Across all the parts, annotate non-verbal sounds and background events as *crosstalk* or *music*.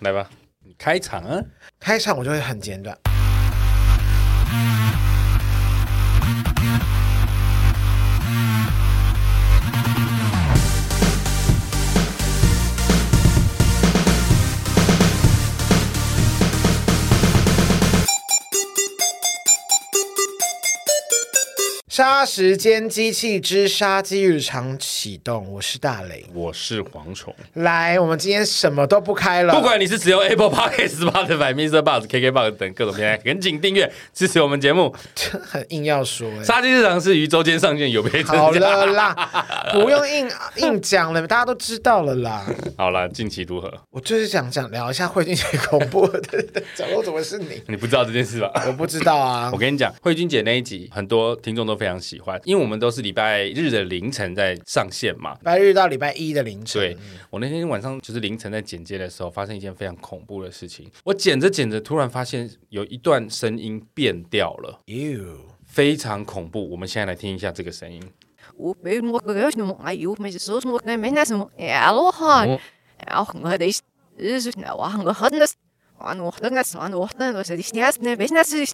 来吧，你开场啊！开场我就会很简短。杀时间机器之杀机日常启动，我是大雷。我是蝗虫，来，我们今天什么都不开了，不管你是使用 Apple Podcast、Spotify、Mr. Buzz、KK Box 等各种平台，赶紧订阅支持我们节目。 *laughs* 很硬要说、欸。杀鸡日常是于周间上线，有 *laughs* 别增好加。了啦，不用硬硬讲了，大家都知道了啦。好了，近期如何？ *laughs* 我就是想想聊一下汇金姐恐怖的角落，怎么是你？你不知道这件事吧？ *laughs* 我不知道啊我。跟你讲，慧君姐那一集很多听众都非常喜欢，因为我们都是礼拜日的凌晨在上线嘛。礼拜日到礼拜一的凌晨，对，我那天晚上就是凌晨在剪接的时候，发生一件非常恐怖的事情。我剪着剪着，突然发现有一段声音变掉了， ，you 非常恐怖。我们现在来听一下这个声音。我被我哥什么哎呦，没说什么，那没那什么，哎罗哦哈，然后我的日子呢，我我很的，我我很的，我我很的，是的，那那没那是，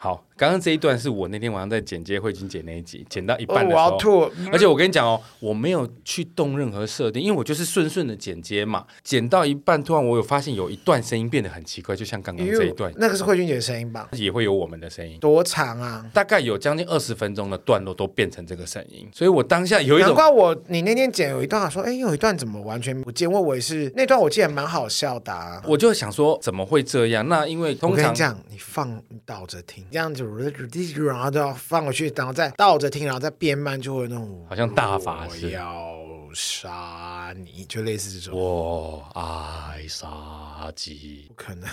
好，刚刚这一段是我那天晚上在剪接慧君姐那一集，剪到一哦，半的我时要候，吐。而且我跟你讲哦，我没有去动任何设定，因为我就是顺顺的剪接嘛。剪到一半，突然我有发现有一段声音变得很奇怪，就像刚刚这一 you 段，那个是慧君姐的声音吧？也会有我们的声音。多长啊？大概有将近二十分钟的段落都变成这个声音，所以我当下有一难种怪我你那天剪有一段我说，哎，有一段怎么完全不见？我以为是那段，我记得蛮好笑的、啊。我就想说怎么会这样？那因为我通跟常你讲，你放你倒着听，这样子，然后都要放回去，然后再倒着听，然后再变慢，就会那种好像大法师我要杀你，就类似这种。我爱杀鸡，不可 *laughs* 能，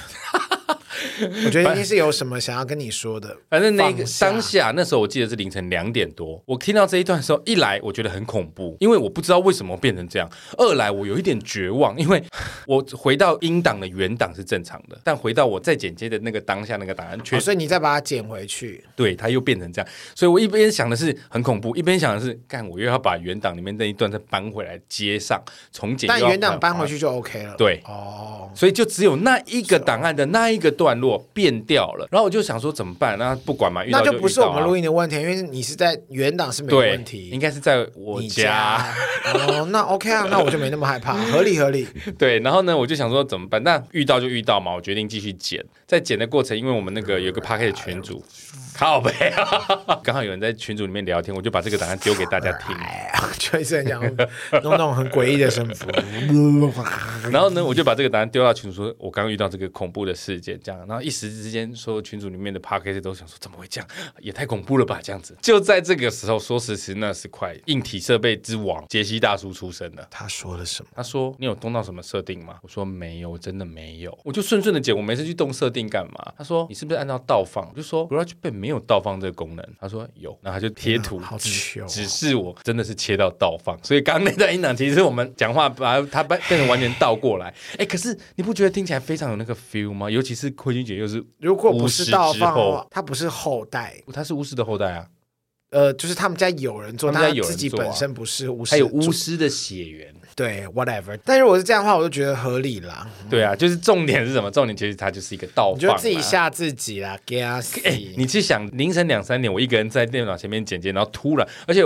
我觉得一定是有什么想要跟你说的。反正那个放下当下那时候我记得是凌晨两点多，我听到这一段的时候，一来我觉得很恐怖，因为我不知道为什么变成这样；二来我有一点绝望，因为我回到音档的原档是正常的，但回到我再剪接的那个当下那个档案，确哦所以你再把它捡回去，对，它又变成这样，所以我一边想的是很恐怖，一边想的是，干我又要把原档里面那一段再搬回来接上重剪，但又要原档搬回去，去就 OK 了。对哦，所以就只有那一个档案的那一个段落变掉了。然后我就想说怎么办？那不管嘛，遇到那就就不是遇到我啊们录音的问题，因为你是在原档是没对问题。应该是在我你家。哦，那 OK 啊，那我就没那么害怕，合理合理。 *laughs* 对，然后呢，我就想说怎么办？那遇到就遇到嘛，我决定继续剪。在剪的过程，因为我们那个有一个 p a c k e t 群 *laughs* 组，靠背、啊， *laughs* 刚好有人在群组里面聊天，我就把这个档案丢给大家听。哎呀，就一直很想弄那种很诡异的声符。然后呢，我就把这个答案丢到群主说，我刚刚遇到这个恐怖的事件，这样。然后一时之间，所有群组里面的 p a r k e t 都想说，怎么会这样？也太恐怖了吧，这样子。就在这个时候，说时迟，那时快，硬体设备之王杰西大叔出生了。他说了什么？他说：“你有动到什么设定吗？”我说：“没有，我真的没有。”我就顺顺的剪，我没事去动设定干嘛？他说：“你是不是按照倒放？”我就说：“GarageBand 没有倒放这个功能。”他说：“有。”然后他就贴图天哪好指糗哦指示我，真的是切到倒放。所以刚刚那段音档，其实我们讲话把它变变成完全倒过来。哎，可是你不觉得听起来非常有那个 feel 吗？尤其是慧君姐又是如果不是巫倒放的师之话，他不是后代，她是巫师的后代啊，呃，就是他们家有人做，他但们家他有人自己做啊本身不是巫师，还有巫师的血缘。对 whatever。但是我是这样的话，我就觉得合理啦，对啊，就是重点是什么？重点其实它就是一个倒放你嘛。就自己吓自己啦，给他死。啊哎、你去想凌晨两三点，我一个人在电脑前面剪接，然后突然，而且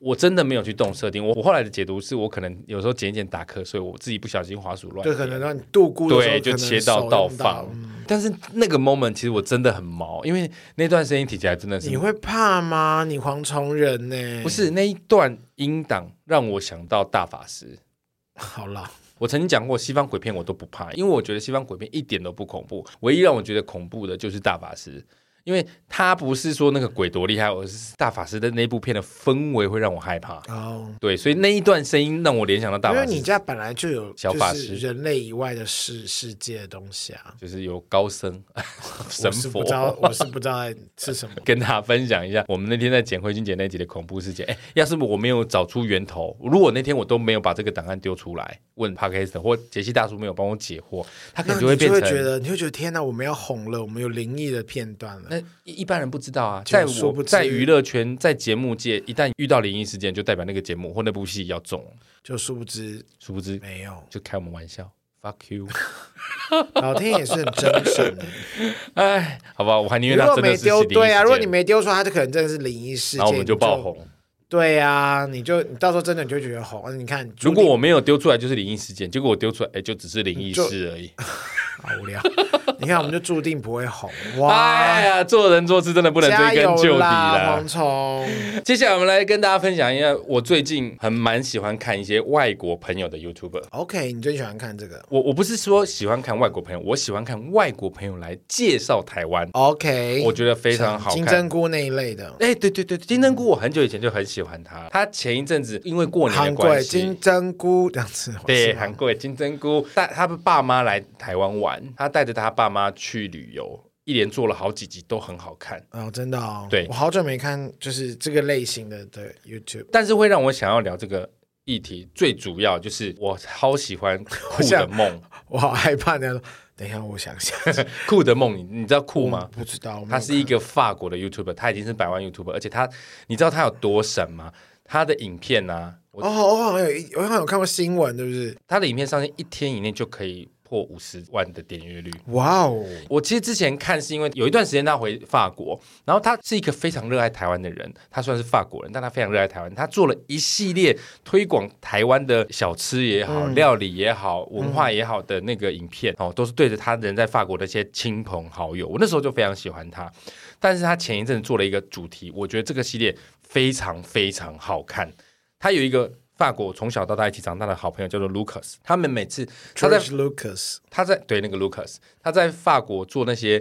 我真的没有去动设定。我我后来的解读是我可能有时候剪一剪打瞌睡，我自己不小心滑鼠乱就，可能让你度孤的时候，对，就可能切到手倒用嗯放。但是那个 moment 其实我真的很毛，因为那段声音听起来真的是你会怕吗？你蝗虫人呢、不是那一段音档让我想到大法师。 *laughs* 好了，我曾经讲过，西方鬼片我都不怕，因为我觉得西方鬼片一点都不恐怖。唯一让我觉得恐怖的就是大法师，因为他不是说那个鬼多厉害，而是大法师的那部片的氛围会让我害怕。哦，对，所以那一段声音让我联想到大因法为师，你家本来就有小就法师是人类以外的世世界的东西啊。就是有高僧 *laughs* 神我是佛不知道，我是不知道是 *laughs* 什么。跟大家分享一下，我们那天在剪慧君姐那集的恐怖事件。哎，要是我没有找出源头，如果那天我都没有把这个档案丢出来，问 p a r k e s 或杰西大叔没有帮我解惑，他可那能你就会变会成觉得，你会觉得天哪，我们要红了，我们有灵异的片段了。那一一般人不知道啊，就在殊我不知在娱乐圈，在节目界，一旦遇到灵异事件，就代表那个节目或那部戏要中，就殊不知殊不知没有。就开我们玩笑， fuck you， *laughs* 老天也是很真诚的。哎，好吧，我还宁愿如他果真的没是是丢，灵异对啊，事如果件你，没丢出来，他就可能真的是灵异事件，然后我们就你爆。红。对啊，你就你到时候真的你就觉得红，你看，如果我没有丢出来就是灵异事件，结果我丢出来，哎，就只是灵异就事 *laughs* 而已。好无聊， *laughs* 你看我们就注定不 *laughs* 会红哇哎。呀，做人做事真的不能啊加追油根究底啦，啦蝗。虫，接下来我们来跟大家分享一下，我最近很蛮喜欢看一些外国朋友的 YouTuber。 OK，你最喜欢看这个我我不是说喜欢看外国朋友，我喜欢看外国朋友来介绍台湾， ？OK，我觉得非常好像金看针。菇那一类的，哎、对对对，金针菇我很久以前就很喜欢他，他前一阵子因为过年韩的国关金系。针菇这样子，对，是吗韩国的金针菇带他爸妈来台湾玩，他带着他爸妈去旅游，一连做了好几集都很好看。哦，真的哦，对我好久没看就是这个类型的的 YouTube，但是会让我想要聊这个议题，最主要就是我超喜欢酷的梦，我好害怕。人家说，等一下，我想想，酷的梦，你你知道酷吗？不知道，我没有他是一个法国的 YouTuber，他已经是百万 YouTuber，而且他，你知道他有多神吗？他的影片呢、啊，我看哦，我好像有一，我好像有看过新闻，对不对？他的影片上线一天以内就可以破五十万的点阅率。哇哦，我其实之前看是因为有一段时间他回法国，然后他是一个非常热爱台湾的人，他虽然是法国人，但他非常热爱台湾。他做了一系列推广台湾的小吃也好、料理也好、文化也好的那个影片、哦，都是对着他人在法国的一些亲朋好友。我那时候就非常喜欢他，但是他前一阵做了一个主题，我觉得这个系列非常非常好看。他有一个法国从小到大一起长大的好朋友叫做 Lucas，他们每次他在 George Lucas，他在对那个 Lucas，他在法国做那些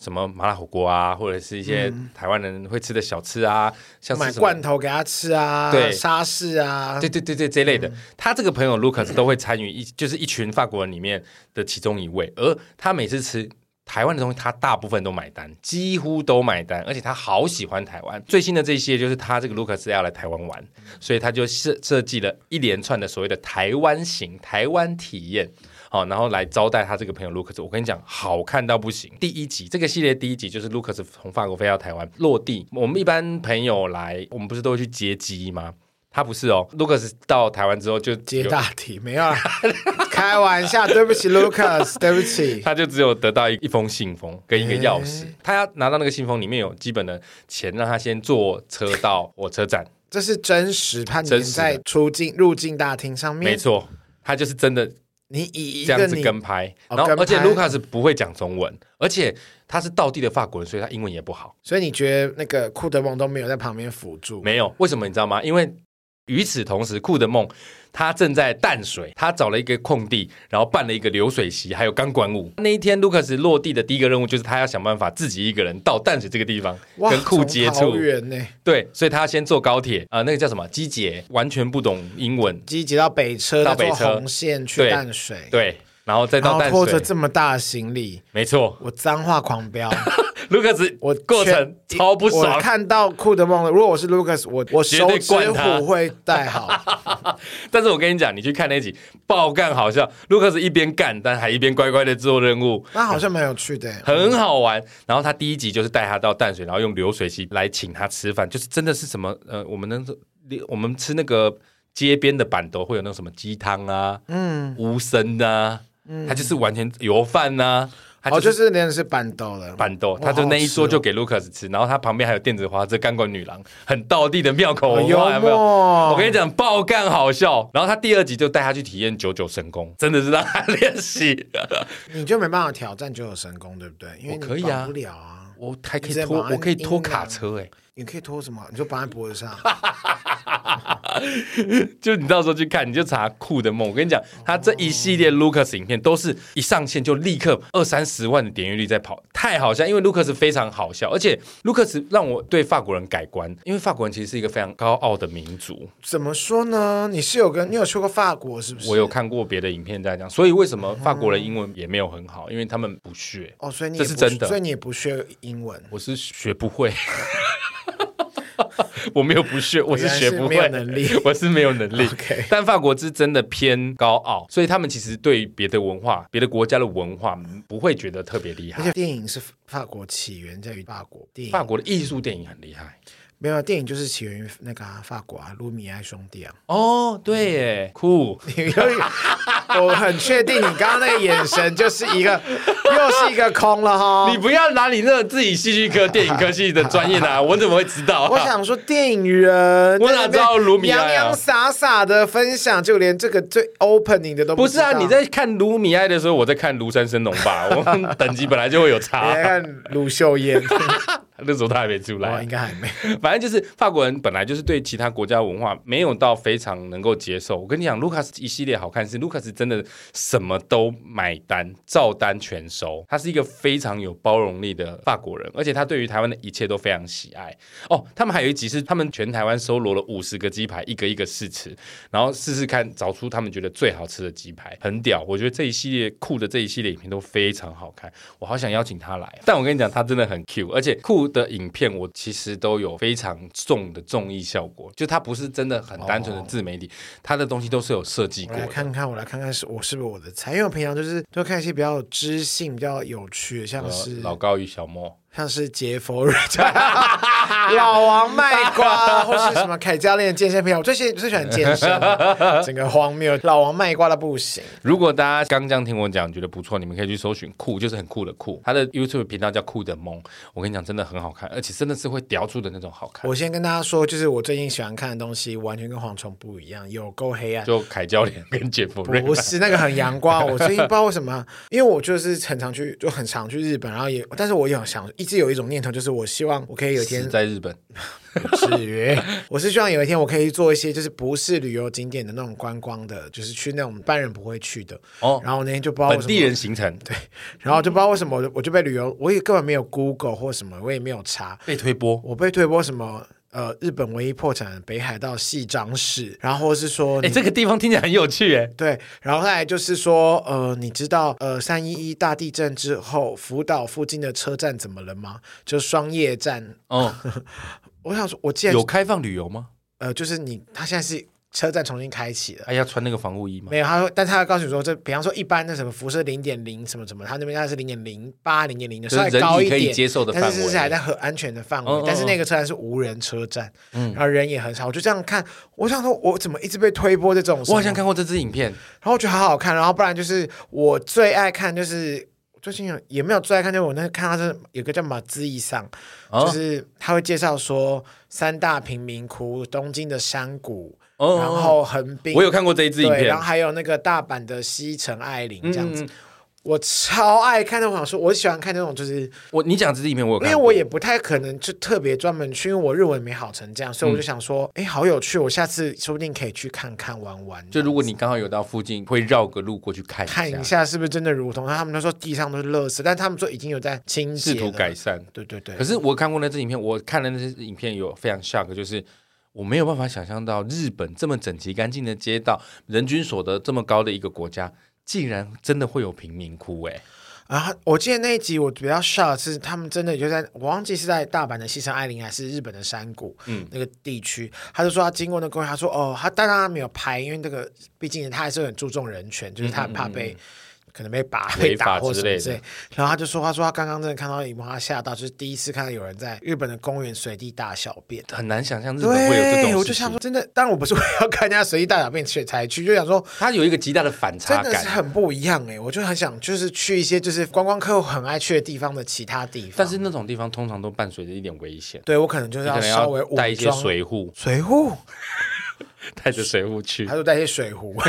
什么麻辣火锅啊，或者是一些台湾人会吃的小吃啊，像嗯买是什么罐头给他吃啊，对沙士啊对，对对对这一类的。他这个朋友 Lucas 都会参与一，就是一群法国人里面的其中一位，而他每次吃。台湾的东西，他大部分都买单，几乎都买单，而且他好喜欢台湾。最新的这一些就是他这个 Lucas 要来台湾玩，所以他就设设计了一连串的所谓的台湾行、台湾体验，好、然后来招待他这个朋友 Lucas。我跟你讲，好看到不行。第一集这个系列第一集就是 Lucas 从法国飞到台湾落地，我们一般朋友来，我们不是都会去接机吗？他不是哦，Lucas 到台湾之后就接有大题没有啦， *laughs* 开玩笑，对不起，Lucas，对不 *laughs* 起。他就只有得到一一封信封跟哎一个钥匙，他要拿到那个信封里面有基本的钱，让他先坐车到火车 *laughs* 站。这是真实判真决实的在出境入境大厅上面，没，错，他就是真的你以一这个样子你跟拍，哦然后跟拍而且 Lucas 不会讲中文，而且他是道地的法国人，所以他英文也不好。所以你觉得那个库德蒙都没有在旁边辅助？没有，为什么你知道吗？因为与此同时，酷的梦他正在淡水，他找了一个空地，然后办了一个流水席，还有钢管舞。那一天，卢克斯落地的第一个任务就是他要想办法自己一个人到淡水这个地方哇，跟酷接从触桃。园呢，对，所以他先坐高铁啊、呃那个叫什么机姐，完全不懂英文，积极到北车，到再坐北车红线去对淡水，对，然后再然到后淡拖着水，这么大的行李，没错。我脏话 *laughs* 狂飙，卢克斯，我过程全超不我爽，看到库德蒙的，如果我是 Lucas，我我绝手对指灌他虎会带 *laughs* 好，但是我跟你讲，你去看那集爆干好笑，卢克斯一边干，但还一边乖乖的做任务，那好像蛮有趣的。很好玩。然后他第一集就是带他到淡水，然后用流水席来请他吃饭，就是真的是什么呃，我们能我们吃那个街边的板豆会有那种什么鸡汤啊，嗯，无参啊，嗯他就是完全油饭呐、啊，他哦，就是。就是连是板豆了，板豆，哇他就那一桌就好给 Lucas 吃，然后他旁边还有电子花这钢管女郎，很道地的妙口好文幽化，有没有？默我跟你讲，爆干好笑。然后他第二集就带他去体验九九神功，真的是让他练 *laughs* 习。吃哦，你就没办法挑战九九神功，对不对？因为我你可以啊绑不了啊，我还可你以直接拖，把它我可以拖硬的卡车哎、你可以拖什么？你就绑在脖子上。就你到时候去看，你就查酷的梦。我跟你讲，他这一系列 Lucas 影片都是一上线就立刻二三十万的点阅率在跑，太好笑。因为 Lucas 非常好笑，而且 Lucas 让我对法国人改观，因为法国人其实是一个非常高傲的民族。怎么说呢？你是有跟你有去过法国是不是？我有看过别的影片在讲，所以为什么法国人英文也没有很好，因为他们不学。哦，所以你这也是不真的所以你也不学 *laughs* 英文，我是学不 *laughs* 会，我没有不学，我是学不原来会是没有能力，我是没有能力。 OK 但法国是真的偏高傲，所以他们其实对别的文化、别的国家的文化不会觉得特别厉而害且。电影是法国起源在于法国电影，法国的艺术电影很厉害，没有电影就是起源于那个啊、法国啊，卢米埃兄弟啊。 *laughs* 哦，对耶，酷，因为我很确定你刚刚那个眼神就是一个又是一个空了哈。你不要拿你那自己戏剧科、电影科系的专业拿，我怎么会知道、啊？我想说，电影人我哪知道卢米埃啊洋洋洒洒的分享，就连这个最 opening 的都不知是道啊，你在看卢米埃的时候，我在看庐山升龙吧，我们等级本来就会有你在差。看卢秀燕，那时候他还没出我啊 *laughs* 来应，该还没。反正就是法国人本来就是对其他国家文化没有到非常能够接受。我跟你讲，卢卡斯一系列好看是卢卡斯真的什么都买单，照单全收。他是一个非常有包容力的法国人，而且他对于台湾的一切都非常喜爱。哦，他们还有一集是他们全台湾搜罗了五十个鸡排，一个一个试吃，然后试试看找出他们觉得最好吃的鸡排，很屌。我觉得这一系列酷的这一系列影片都非常好看，我好想邀请他来。但我跟你讲，他真的很 Q，而且酷的影片我其实都有非常重的综艺效果，就它不是真的很单纯的自媒体，它的东西都是有设计哦我过来的。看看，我来看看是我是不是我的菜，因为我平常就是都看一些比较有知性、比较有趣的，像呃是老高与小莫，像是杰 *laughs* 佛瑞、老王卖瓜，或是什么凯教练健身频道。我最喜最喜欢健身 *laughs* 了，整个荒谬，老王卖瓜到不行。如果大家刚这样听我讲觉得不错，你们可以去搜寻酷，就是很酷的酷，他的 YouTube 频道叫酷的梦。我跟你讲，真的很好看，而且真的是会屌出的那种好看。我先跟大家说，就是我最近喜欢看的东西，完全跟蝗虫不一样，有够黑暗。就凯教练跟杰夫瑞，不是那个很阳光，我最近不知道为什么， *laughs* 因为我就是很常去，就很常去日本，然后也，但是我也很想一直有一种念头，就是我希望我可以有一天是在日本。至于， *laughs* 我是希望有一天我可以做一些就是不是旅游景点的那种观光的，就是去那种一般人不会去的。哦然后我那天就不知道为本什地么，人行程对然后就不知道为什么我就我就被旅游，我也根本没有 Google 或什么，我也没有查，被推波。我被推播什么呃日本唯一破产的北海道细长市，然后或是说哎、你这个地方听起来很有趣哎。对，然后再来就是说，呃，你知道呃三一一大地震之后，福岛附近的车站怎么了吗？就双叶站， *laughs* 哦，我想说，我既然有开放旅游吗？呃，就是你，他现在是车站重新开启了。哎、要穿那个防护衣吗？没有，他说，但他告诉你说，这比方说一般的什么辐射零点零什么什么，他那边大概是零点零八、零点零的，就是稍微人高体一可以点，接受的范但是围这是还在很安全的范围。嗯嗯嗯嗯但是那个车站是无人车站，然后人也很少。我就这样看，我想说，我怎么一直被推播这种？我好像看，过这支影片，然后我觉得好好看，然后不然就是我最爱看就是。最近有也没有最爱看，就是我那个看到是有个叫马兹以上，哦就是他会介绍说三大贫民窟、东京的山谷，哦然后横滨，我有看过这一支影对，片然后。还有那个大阪的西城爱林这样子，嗯我超爱看那种小说，我喜欢看那种就是，我你讲这支影片我有因看为过，我也不太可能就特别专门去，因为我日文没好成这样，所以我就想嗯说，哎、好有趣，我下次说不定可以去看看玩玩。就如果你刚好有到附近，会绕个路过去看看一下是不是真的如同他们都说地上都是垃圾，但他们说已经有在清洁试了图改。善。对对对可，是我看过那支影片，我看了那支影片有非常 shock，就是我没有办法想象到日本这么整齐干净的街道，人均所得这么高的一个国家，竟然真的会有贫民窟哎、然后啊我记得那一集我比较 shock 是他们真的就在，我忘记是在大阪的西城爱林还是日本的山谷，嗯，那个地区，他就说他经过那公园，他说哦，他当然他没有拍，因为这个毕竟他还是很注重人权，嗯就是他很怕被。可能被打、被违法打或之什么类之类的，然后他就说：“他说他刚刚真的看到一幕，他吓到，就是第一次看到有人在日本的公园随地大小便。”很难想象日本会有这种事对，情。我就想说，真的，当然我不是为了要看人家随地大小便去才去，就想说它有一个极大的反真差的是感。很不一样哎、我就很想就是去一些就是观光客很爱去的地方的其他地方，但是那种地方通常都伴随着一点危险，对我可能就是你可能稍微要武带一些装水嗯壶， *laughs* 水壶，带着水壶去他。就带一些水壶， *laughs*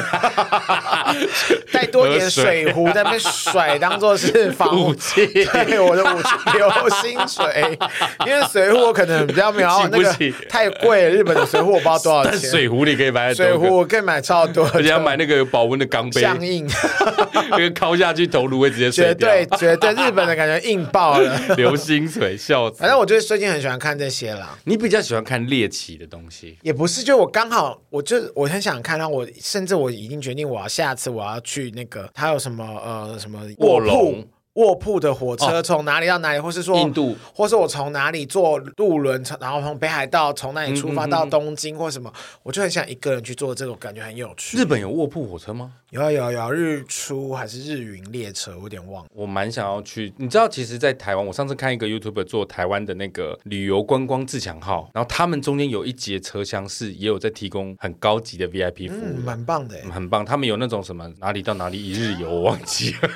带多一点水壶在那边甩，当做是防 *laughs* 武器对我的武器流星 *laughs* 锤，因为水壶我可能比较没有记不那个起太贵，日本的水壶我不知道多少但钱，水壶你可以买水很多个壶，我可以买超多的，而且要买那个有保温的钢杯，相应。 *laughs* 那个敲下去头颅会直接碎绝掉。对绝对，日本的感觉硬爆了。流星锤，笑死反！正我就是最近很喜欢看这些啦，你比较喜欢看猎奇的东西，也不是，就我刚好，我就我很想看，然后我甚至我已经决定，我要下次我要去那个，还有什么呃什么卧铺龙卧铺的火车从哪里到哪里，或是说印度，或是我从哪里坐渡轮，从然后从北海道从哪里出发到东京或什么，我就很想一个人去做这个，我感觉很有趣。日本有卧铺火车吗？有啊有啊有啊，日出还是日云列车，我有点忘了。我蛮想要去，你知道，其实，在台湾，我上次看一个 YouTube 做台湾的那个旅游观光自强号，然后他们中间有一节车厢是也有在提供很高级的 VIP 服务嗯，蛮棒的欸。很棒。他们有那种什么哪里到哪里一日游，我忘记 *laughs* 了，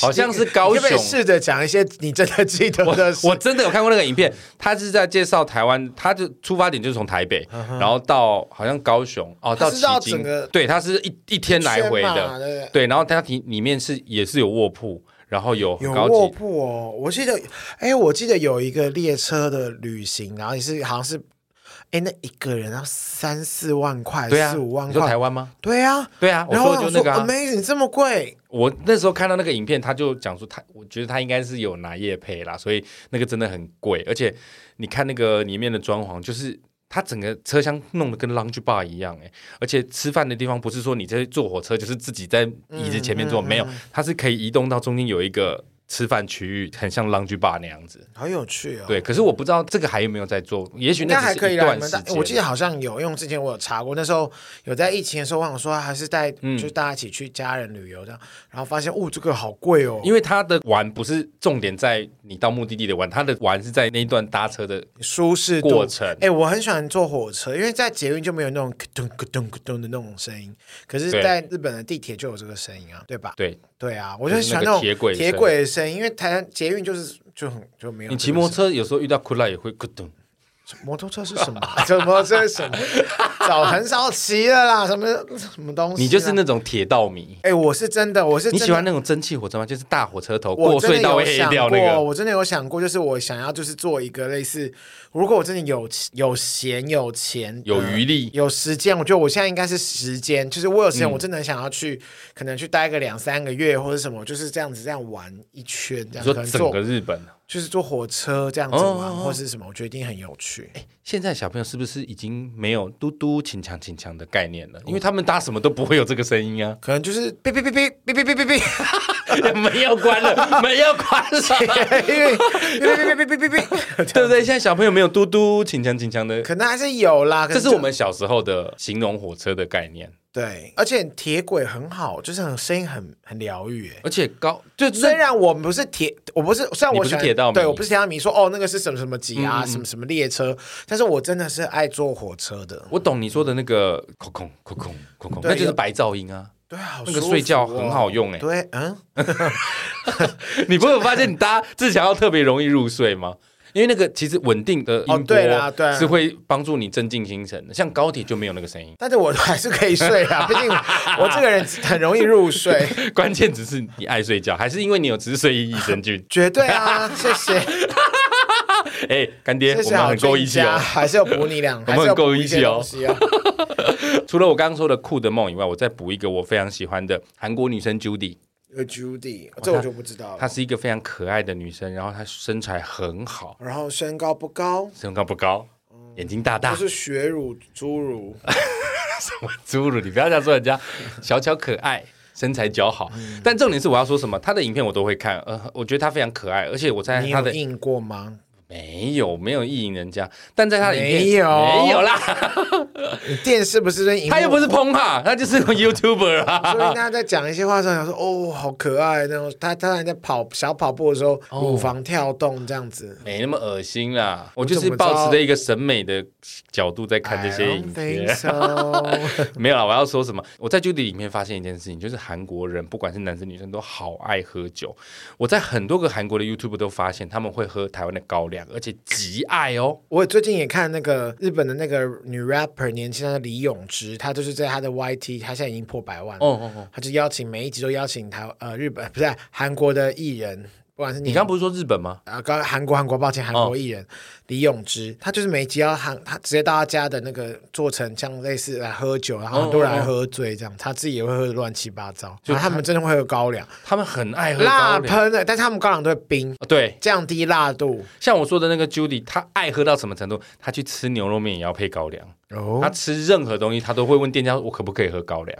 好像是高你可不可以雄。试着讲一些你真的记得的事。我真的有看过那个影片，他是在介绍台湾，他就出发点就是从台北，然后到好像高雄，哦，嗯他到是到旗整津个，对，他是一一天来回圈嘛的，对不对对，然后它里里面是也是有卧铺，然后有很有高卧级，铺哦，我记得，哎，我记得有一个列车的旅行，然后也是好像是，哎，那一个人要三四万块，对啊，四五万你说台块，湾吗？对啊，对啊，我然后说我的想就那说个、啊， amazing 这么贵，我那时候看到那个影片，他就讲说他，我觉得他应该是有拿夜配啦，所以那个真的很贵，而且你看那个里面的装潢，就是。它整个车厢弄得跟 lounge bar 一样哎、而且吃饭的地方不是说你在坐火车，就是自己在椅子前面嗯坐，没有，它是可以移动到中间有一个吃饭区域，很像 lounge bar 那样子。好有趣哦。对，可是我不知道这个还有没有在做，也许应那该只还可是以一啦，你段们时大间。我记得好像有，因为我之前我有查过，那时候有在疫情的时候，我想说还是带，嗯就是大家一起去家人旅游这样，然后发现哦，这个好贵哦，因为他的玩不是重点在你到目的地的玩，他的玩是在那一段搭车的舒适度过程哎、我很喜欢坐火车，因为在捷运就没有那种咯咚咯咚咯咚的那种声音，可是，对在日本的地铁就有这个声音啊，对吧？对对啊，我就很喜欢就是那那个种铁轨的声音铁轨的声音，因为台湾捷运就是就很就没有你这个骑声音。摩托车有时候遇到酷拉也会咕咚，摩托车是什么啊、 *laughs* 这摩托车是什么？早很少骑了啦，什么什么东西啊、你就是那种铁道迷。哎、我是真的，我是你真的喜欢那种蒸汽火车吗？就是大火车头过我真的隧道有会黑想掉过，那个。我真的有想过，就是我想要就是做一个类似，如果我真的有有闲有钱有的余力嗯有时间，我觉得我现在应该是时间，就是我有时间，我真的很想要去，可能去待个两三个月或者什么，就是这样子这样玩一圈，这你样说可能整个坐日本，啊就是坐火车这样子玩哦哦哦或是什么，我觉得一定很有趣。现在小朋友是不是已经没有嘟嘟请强请强的概念了？因为他们搭什么都不会有这个声音 *laughs*。啊可能就是哔哔哔哔哔哔哔哔哔，门要关了，门要关 *laughs* 了，因为哔哔哔哔哔哔哔， *laughs* 对不对？现在小朋友没有嘟嘟请强请强的，可能还是有啦。这可能是就我们小时候的形容火车的概念。对，而且铁轨很好，就是很声音很很疗愈。哎而且高就虽那然我们不是铁，我不是，虽然你不我是喜欢铁道迷嗯对我不是铁道迷，说哦那个是什么什么级啊，什么什么列车，但是我真的是爱坐火车的。我懂你说的那个空空空空空空，对那就是有白噪音啊。对啊，好那个舒睡服觉哦很好用哎对，嗯，啊 *laughs* 你不会有发现你搭自强要特别容易入睡吗？因为那个其实稳定的音哦对啦对波啊是会帮助你镇静精神的，像高铁就没有那个声音。但是我还是可以睡 *laughs* 啊，毕竟我这个人很容易入睡，？关键只是你爱睡觉，还是因为你有植睡衣益生菌绝对啊，*laughs* 谢谢，哎，干爹，谢我谢们好很够义俊气家，哦。还是要补你两， *laughs* 我们还是很要够补义一些气哦东 *laughs* 西啊，除了我刚刚说的酷的梦以外，我再补一个我非常喜欢的韩国女生 Judy。有 Judy，这我就不知道她了。是一个非常可爱的女生，然后她身材很好，然后身高不高，身高不高，眼睛大大，就是血乳侏儒，哎 *laughs* 侏儒，你不要这样说人家小巧可爱。身材姣好，嗯但重点是我要说什么？她的影片我都会看，呃，我觉得她非常可爱，而且我在你她有的印过吗？没有没有意淫人家，但在她的影片没有没有啦，你电视不是跟荧幕她又不是碰哈，她就是 *laughs* 个 YouTuber 所以大啊。家在讲一些话的时候，想说哦，好可爱那种。他他在跑小跑步的时候，哦乳房跳动这样子。没那么恶心啦，我我就怎么是知抱道持着一个审美的角度在看这些影片 I don't think。so *laughs* *laughs* 没有啦，我要说什么？我在 Judy 里面发现一件事情，就是韩国人不管是男生女生都好爱喝酒。我在很多个韩国的 YouTube 都发现他们会喝台湾的高粱，而且极爱哦。我最近也看那个日本的那个女 rapper 年轻的李永芝，她就是在她的 YT，她现在已经破百万了。哦哦哦，她就邀请每一集都邀请台呃日本不是韩国的艺人，不管是你刚不是说日本吗？啊，刚刚韩国韩国，抱歉，韩哦国艺人、李永芝，他就是每集要韩，他直接到他家的那个做成像类似来喝酒，然后很多哦人来喝醉这样，他自己也会喝的乱七八糟，然后他们真的会喝高粱，他们很爱喝高辣粱。喷欸的，但他们高粱都会冰，哦对，降低辣度。像我说的那个 Judy，她爱喝到什么程度？她去吃牛肉面也要配高粱，她哦，吃任何东西她都会问店家我可不可以喝高粱。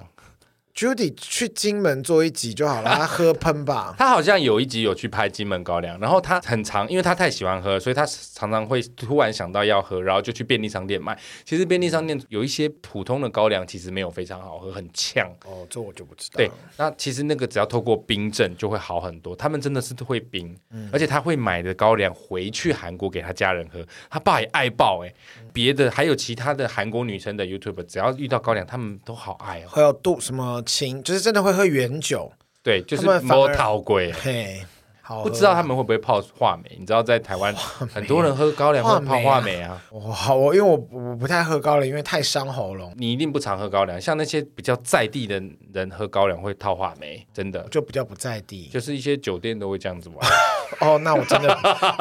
Judy 去金门做一集就好了，他喝 *laughs* 喷吧。他好像有一集有去拍金门高粱，然后他很常，因为他太喜欢喝，所以他常常会突然想到要喝，然后就去便利商店买。其实便利商店有一些普通的高粱，其实没有非常好喝，很呛。哦，这我就不知道。对，那其实那个只要透过冰镇就会好很多。他们真的是会冰，而且他会买的高粱回去韩国给他家人喝，他爸也爱爆哎、别的还有其他的韩国女生的 YouTube，只要遇到高粱，他们都好爱哦。还有杜什么青，就是真的会喝原酒，对，就是他们反摸而桃龟。嘿，好喝。不知道他们会不会泡话梅？你知道在台湾很多人喝高粱会泡话梅啊，我好，我因为我我不太喝高粱，因为太伤喉咙，你一定不常喝高粱。像那些比较在地的人喝高粱会泡话梅，真的就比较不在地。就是一些酒店都会这样子玩， *laughs* 哦，那我真的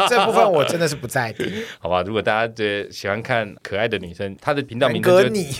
这部分我真的是不在 *laughs* 地。好吧？如果大家觉得喜欢看可爱的女生，她的频道南名哥称就你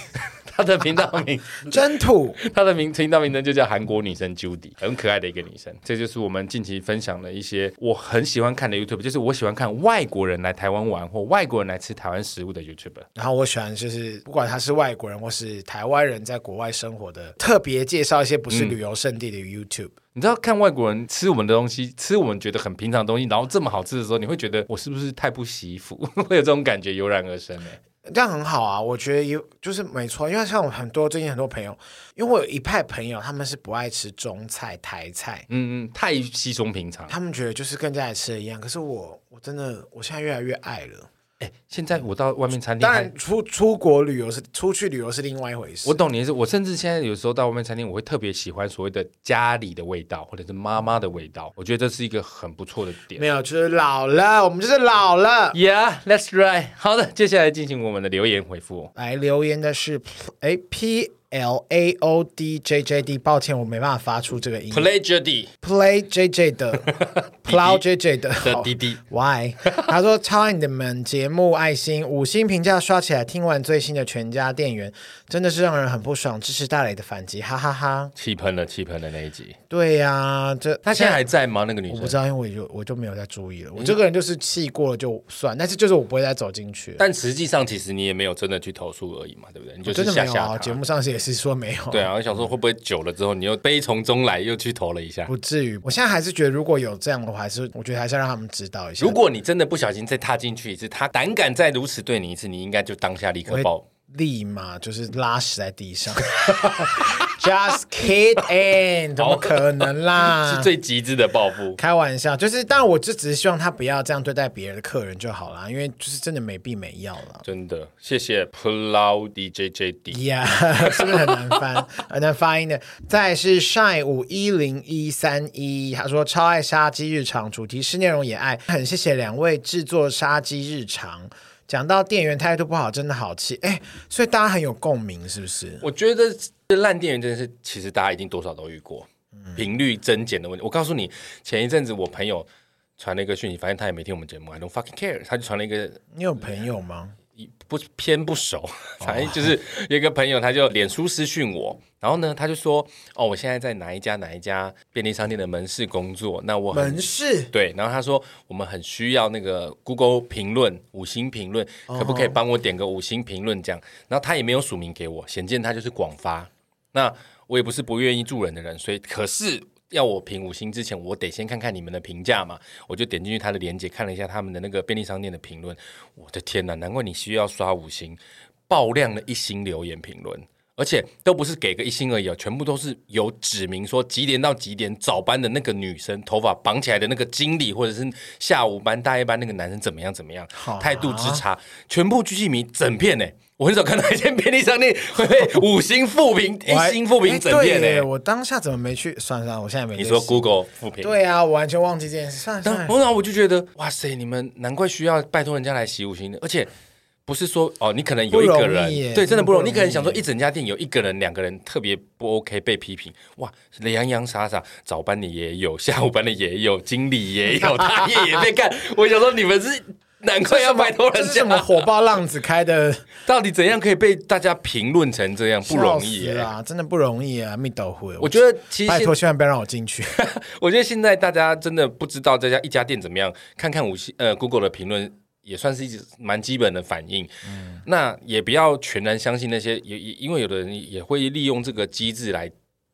*laughs* 她的频道名 *laughs* 真土，她的名频道名称就叫韩国女生 Judy，很可爱的一个女生。这就是我们近期分享的一些我很喜欢看的 YouTube，就是我喜欢看外国人来台湾玩或外国人来吃台湾食物的 YouTube。然后我喜欢就是不管他是外国人或是台湾人，在国外生活的，特别介绍一些嗯不是旅游胜地的 YouTube。你知道看外国人吃我们的东西，吃我们觉得很平常的东西，然后这么好吃的时候，你会觉得我是不是太不惜福？ *laughs* 会有这种感觉油然而生欸呢、这样很好啊，我觉得有就是没错，因为像我很多最近很多朋友，因为我有一派朋友他们是不爱吃中菜台菜，嗯嗯，太稀松平常。他们觉得就是跟家里吃的一样。可是我我真的我现在越来越爱了。哎现在我到外面餐厅当还然，出出国旅游是出去旅游是另外一回事。我懂你的意思，我甚至现在有时候到外面餐厅，我会特别喜欢所谓的家里的味道，或者是妈妈的味道。我觉得这是一个很不错的点。没有，就是老了，我们就是老了。 Yeah, that's right。好的，接下来进行我们的留言回复。来留言的是哎 P L A O D J J D，抱歉，我没办法发出这个音。 Play Judy Play J J 的 *laughs* ，Plow J J 的哦的滴滴， Why？他说超爱你的们节目，爱心五星评价刷起来。听完最新的全家店员，真的是让人很不爽。支持大磊的反击，哈哈哈气喷了，气喷了那一集。对呀、这她现在还嗯在吗？那个女我生不？知道，因为我就我就没有再注意了。我这个人就是气过了就算，但是就是我不会再走进去。但实际上，其实你也没有真的去投诉而已嘛，对不对？你就我是真的吓没有吓他。啊，节目上是也是说没有。对啊，我想说会不会久了之后，你又悲从中来，又去投了一下。不至于，我现在还是啊觉得，如果有这样的话，还是我觉得还是要让他们知道一下。如果你真的不小心再踏进去一次，他胆敢再如此对你一次，你应该就当下立刻爆。立马就是拉屎在地上 *laughs* ，just *laughs* kidding，怎么可能啦？是最极致的报复。开玩笑，就是，但我就只是希望他不要这样对待别人的客人就好啦，因为就是真的没必没要啦。真的，谢谢 Plow DJJD。呀、 *laughs* 是不是很难翻， *laughs* 很难发音的？再来是 shine 五一零一三一，他说超爱杀鸡日常，主题式内容也爱，很谢谢两位制作杀鸡日常。讲到店员态度不好，真的好气，哎，所以大家很有共鸣，是不是？我觉得这烂店员真的是，其实大家一定多少都遇过，嗯频率增减的问题。我告诉你，前一阵子我朋友传了一个讯息，发现他也没听我们节目，I don't fucking care，他就传了一个你有朋友吗？不偏不 *laughs* 熟，反正哦就是有一个朋友，他就脸书私讯我，然后呢，他就说，哦，我现在在哪一家哪一家便利商店的门市工作，那我很门市对，然后他说我们很需要那个 Google 评论五星评论，可不可以帮我点个五星评论这样？然后他也没有署名给我，显见他就是广发。那我也不是不愿意助人的人，所以可是要我评五星之前，我得先看看你们的评价嘛。我就点进去他的链接，看了一下他们的那个便利商店的评论，我的天呐，难怪你需要刷五星，爆量的一星留言评论。而且都不是给个一星而已哦，全部都是有指明说几点到几点早班的那个女生，头发绑起来的那个经理，或者是下午班大夜班那个男生怎么样怎么样，态度之差，全部狙击迷整片呢。我很少看到一间便利商店会被五星负评、我还一星负评哎整片对耶呢。我当下怎么没去？算了算了，我现在没。你说 Google 负评？对啊，我完全忘记这件事。算了但算了，然后我就觉得，哇塞，你们难怪需要拜托人家来洗五星的，而且不是说哦，你可能有一不个容人易耶对，真的不容易。真的不容易你可能想说，一整家店有一个人、两个人特别不 OK 被批评，哇，洋洋洒洒，早班的也有，下午班的也有，经理也 *laughs* 有，大夜也被干。我想说，你们是难怪要 *laughs* 拜托这 *laughs* 人是家什，么火爆浪子开的？到底怎样可以被大家评论成这样，不容易笑死耶。啊，真的不容易啊，蜜豆会。我觉得其实拜现托，千万不要让我进去。 *laughs* 我觉得现在大家真的不知道这家一家店怎么样，看看五星呃 Google 的评论也算是一直蛮基本的反应。嗯那也不要全然相信那些，也也因为有的人也会利用这个机制来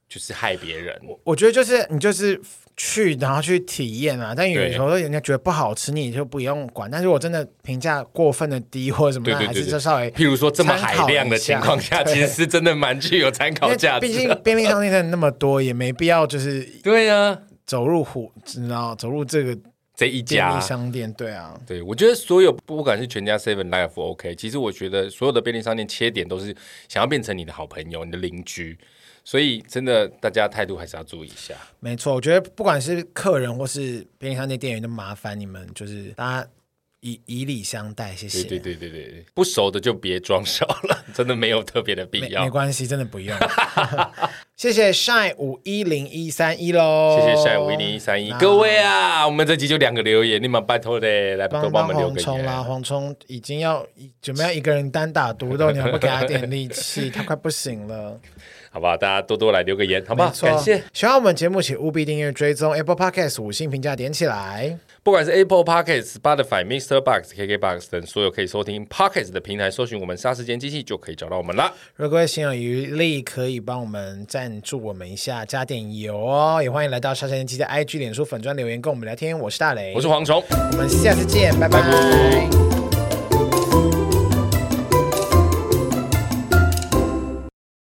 就是害别人。我觉得就是你就是去，然后去体验啊。但有对时候人家觉得不好吃，你就不用管。但是我真的评价过分的低或者什么，对那对还对是就对稍微，譬如说这么海量的情参考况一下，对其实是真的蛮具有参因考为价值毕的。竟便利商店真的那么多，也没必要就是对啊，走入虎，你知道走入这个这一便家利商店，对啊，对，我觉得所有不管是全家、Seven、Life、OK，其实我觉得所有的便利商店切点都是想要变成你的好朋友、你的邻居，所以真的大家态度还是要注意一下。没错。我觉得不管是客人或是便利商店店员，都麻烦你们就是大家以以礼相待，谢对谢。对对对对对，不熟的就别装熟了， *laughs* 真的没有特别的必没要没。关系，真的不用。 *laughs* 谢谢 shine 五一零一三一喽，谢谢晒五一零一三一，各位啊，我们这集就两个留言，你们拜托嘞，来帮多帮帮我们留黄个虫啦，言。黄虫已经要准备要一个人单打独斗，你还不给他点力气，他快不行了，好不好？大家多多来留个言，好不好没？错感谢。。喜欢我们节目，请务必订阅、追踪 Apple Podcast 五星评价点起来。不管是 Apple Podcast、Spotify、Mr. Box、KKBox 等所有可以收听 Podcast 的平台，搜寻我们“杀时间机器”就可以找到我们啦。如果心有余力，可以帮我们赞助我们一下，加点油哦。也欢迎来到沙山记的 IG、脸书粉专留言跟我们聊天。我是大雷，我是蝗虫。我们下次见，拜拜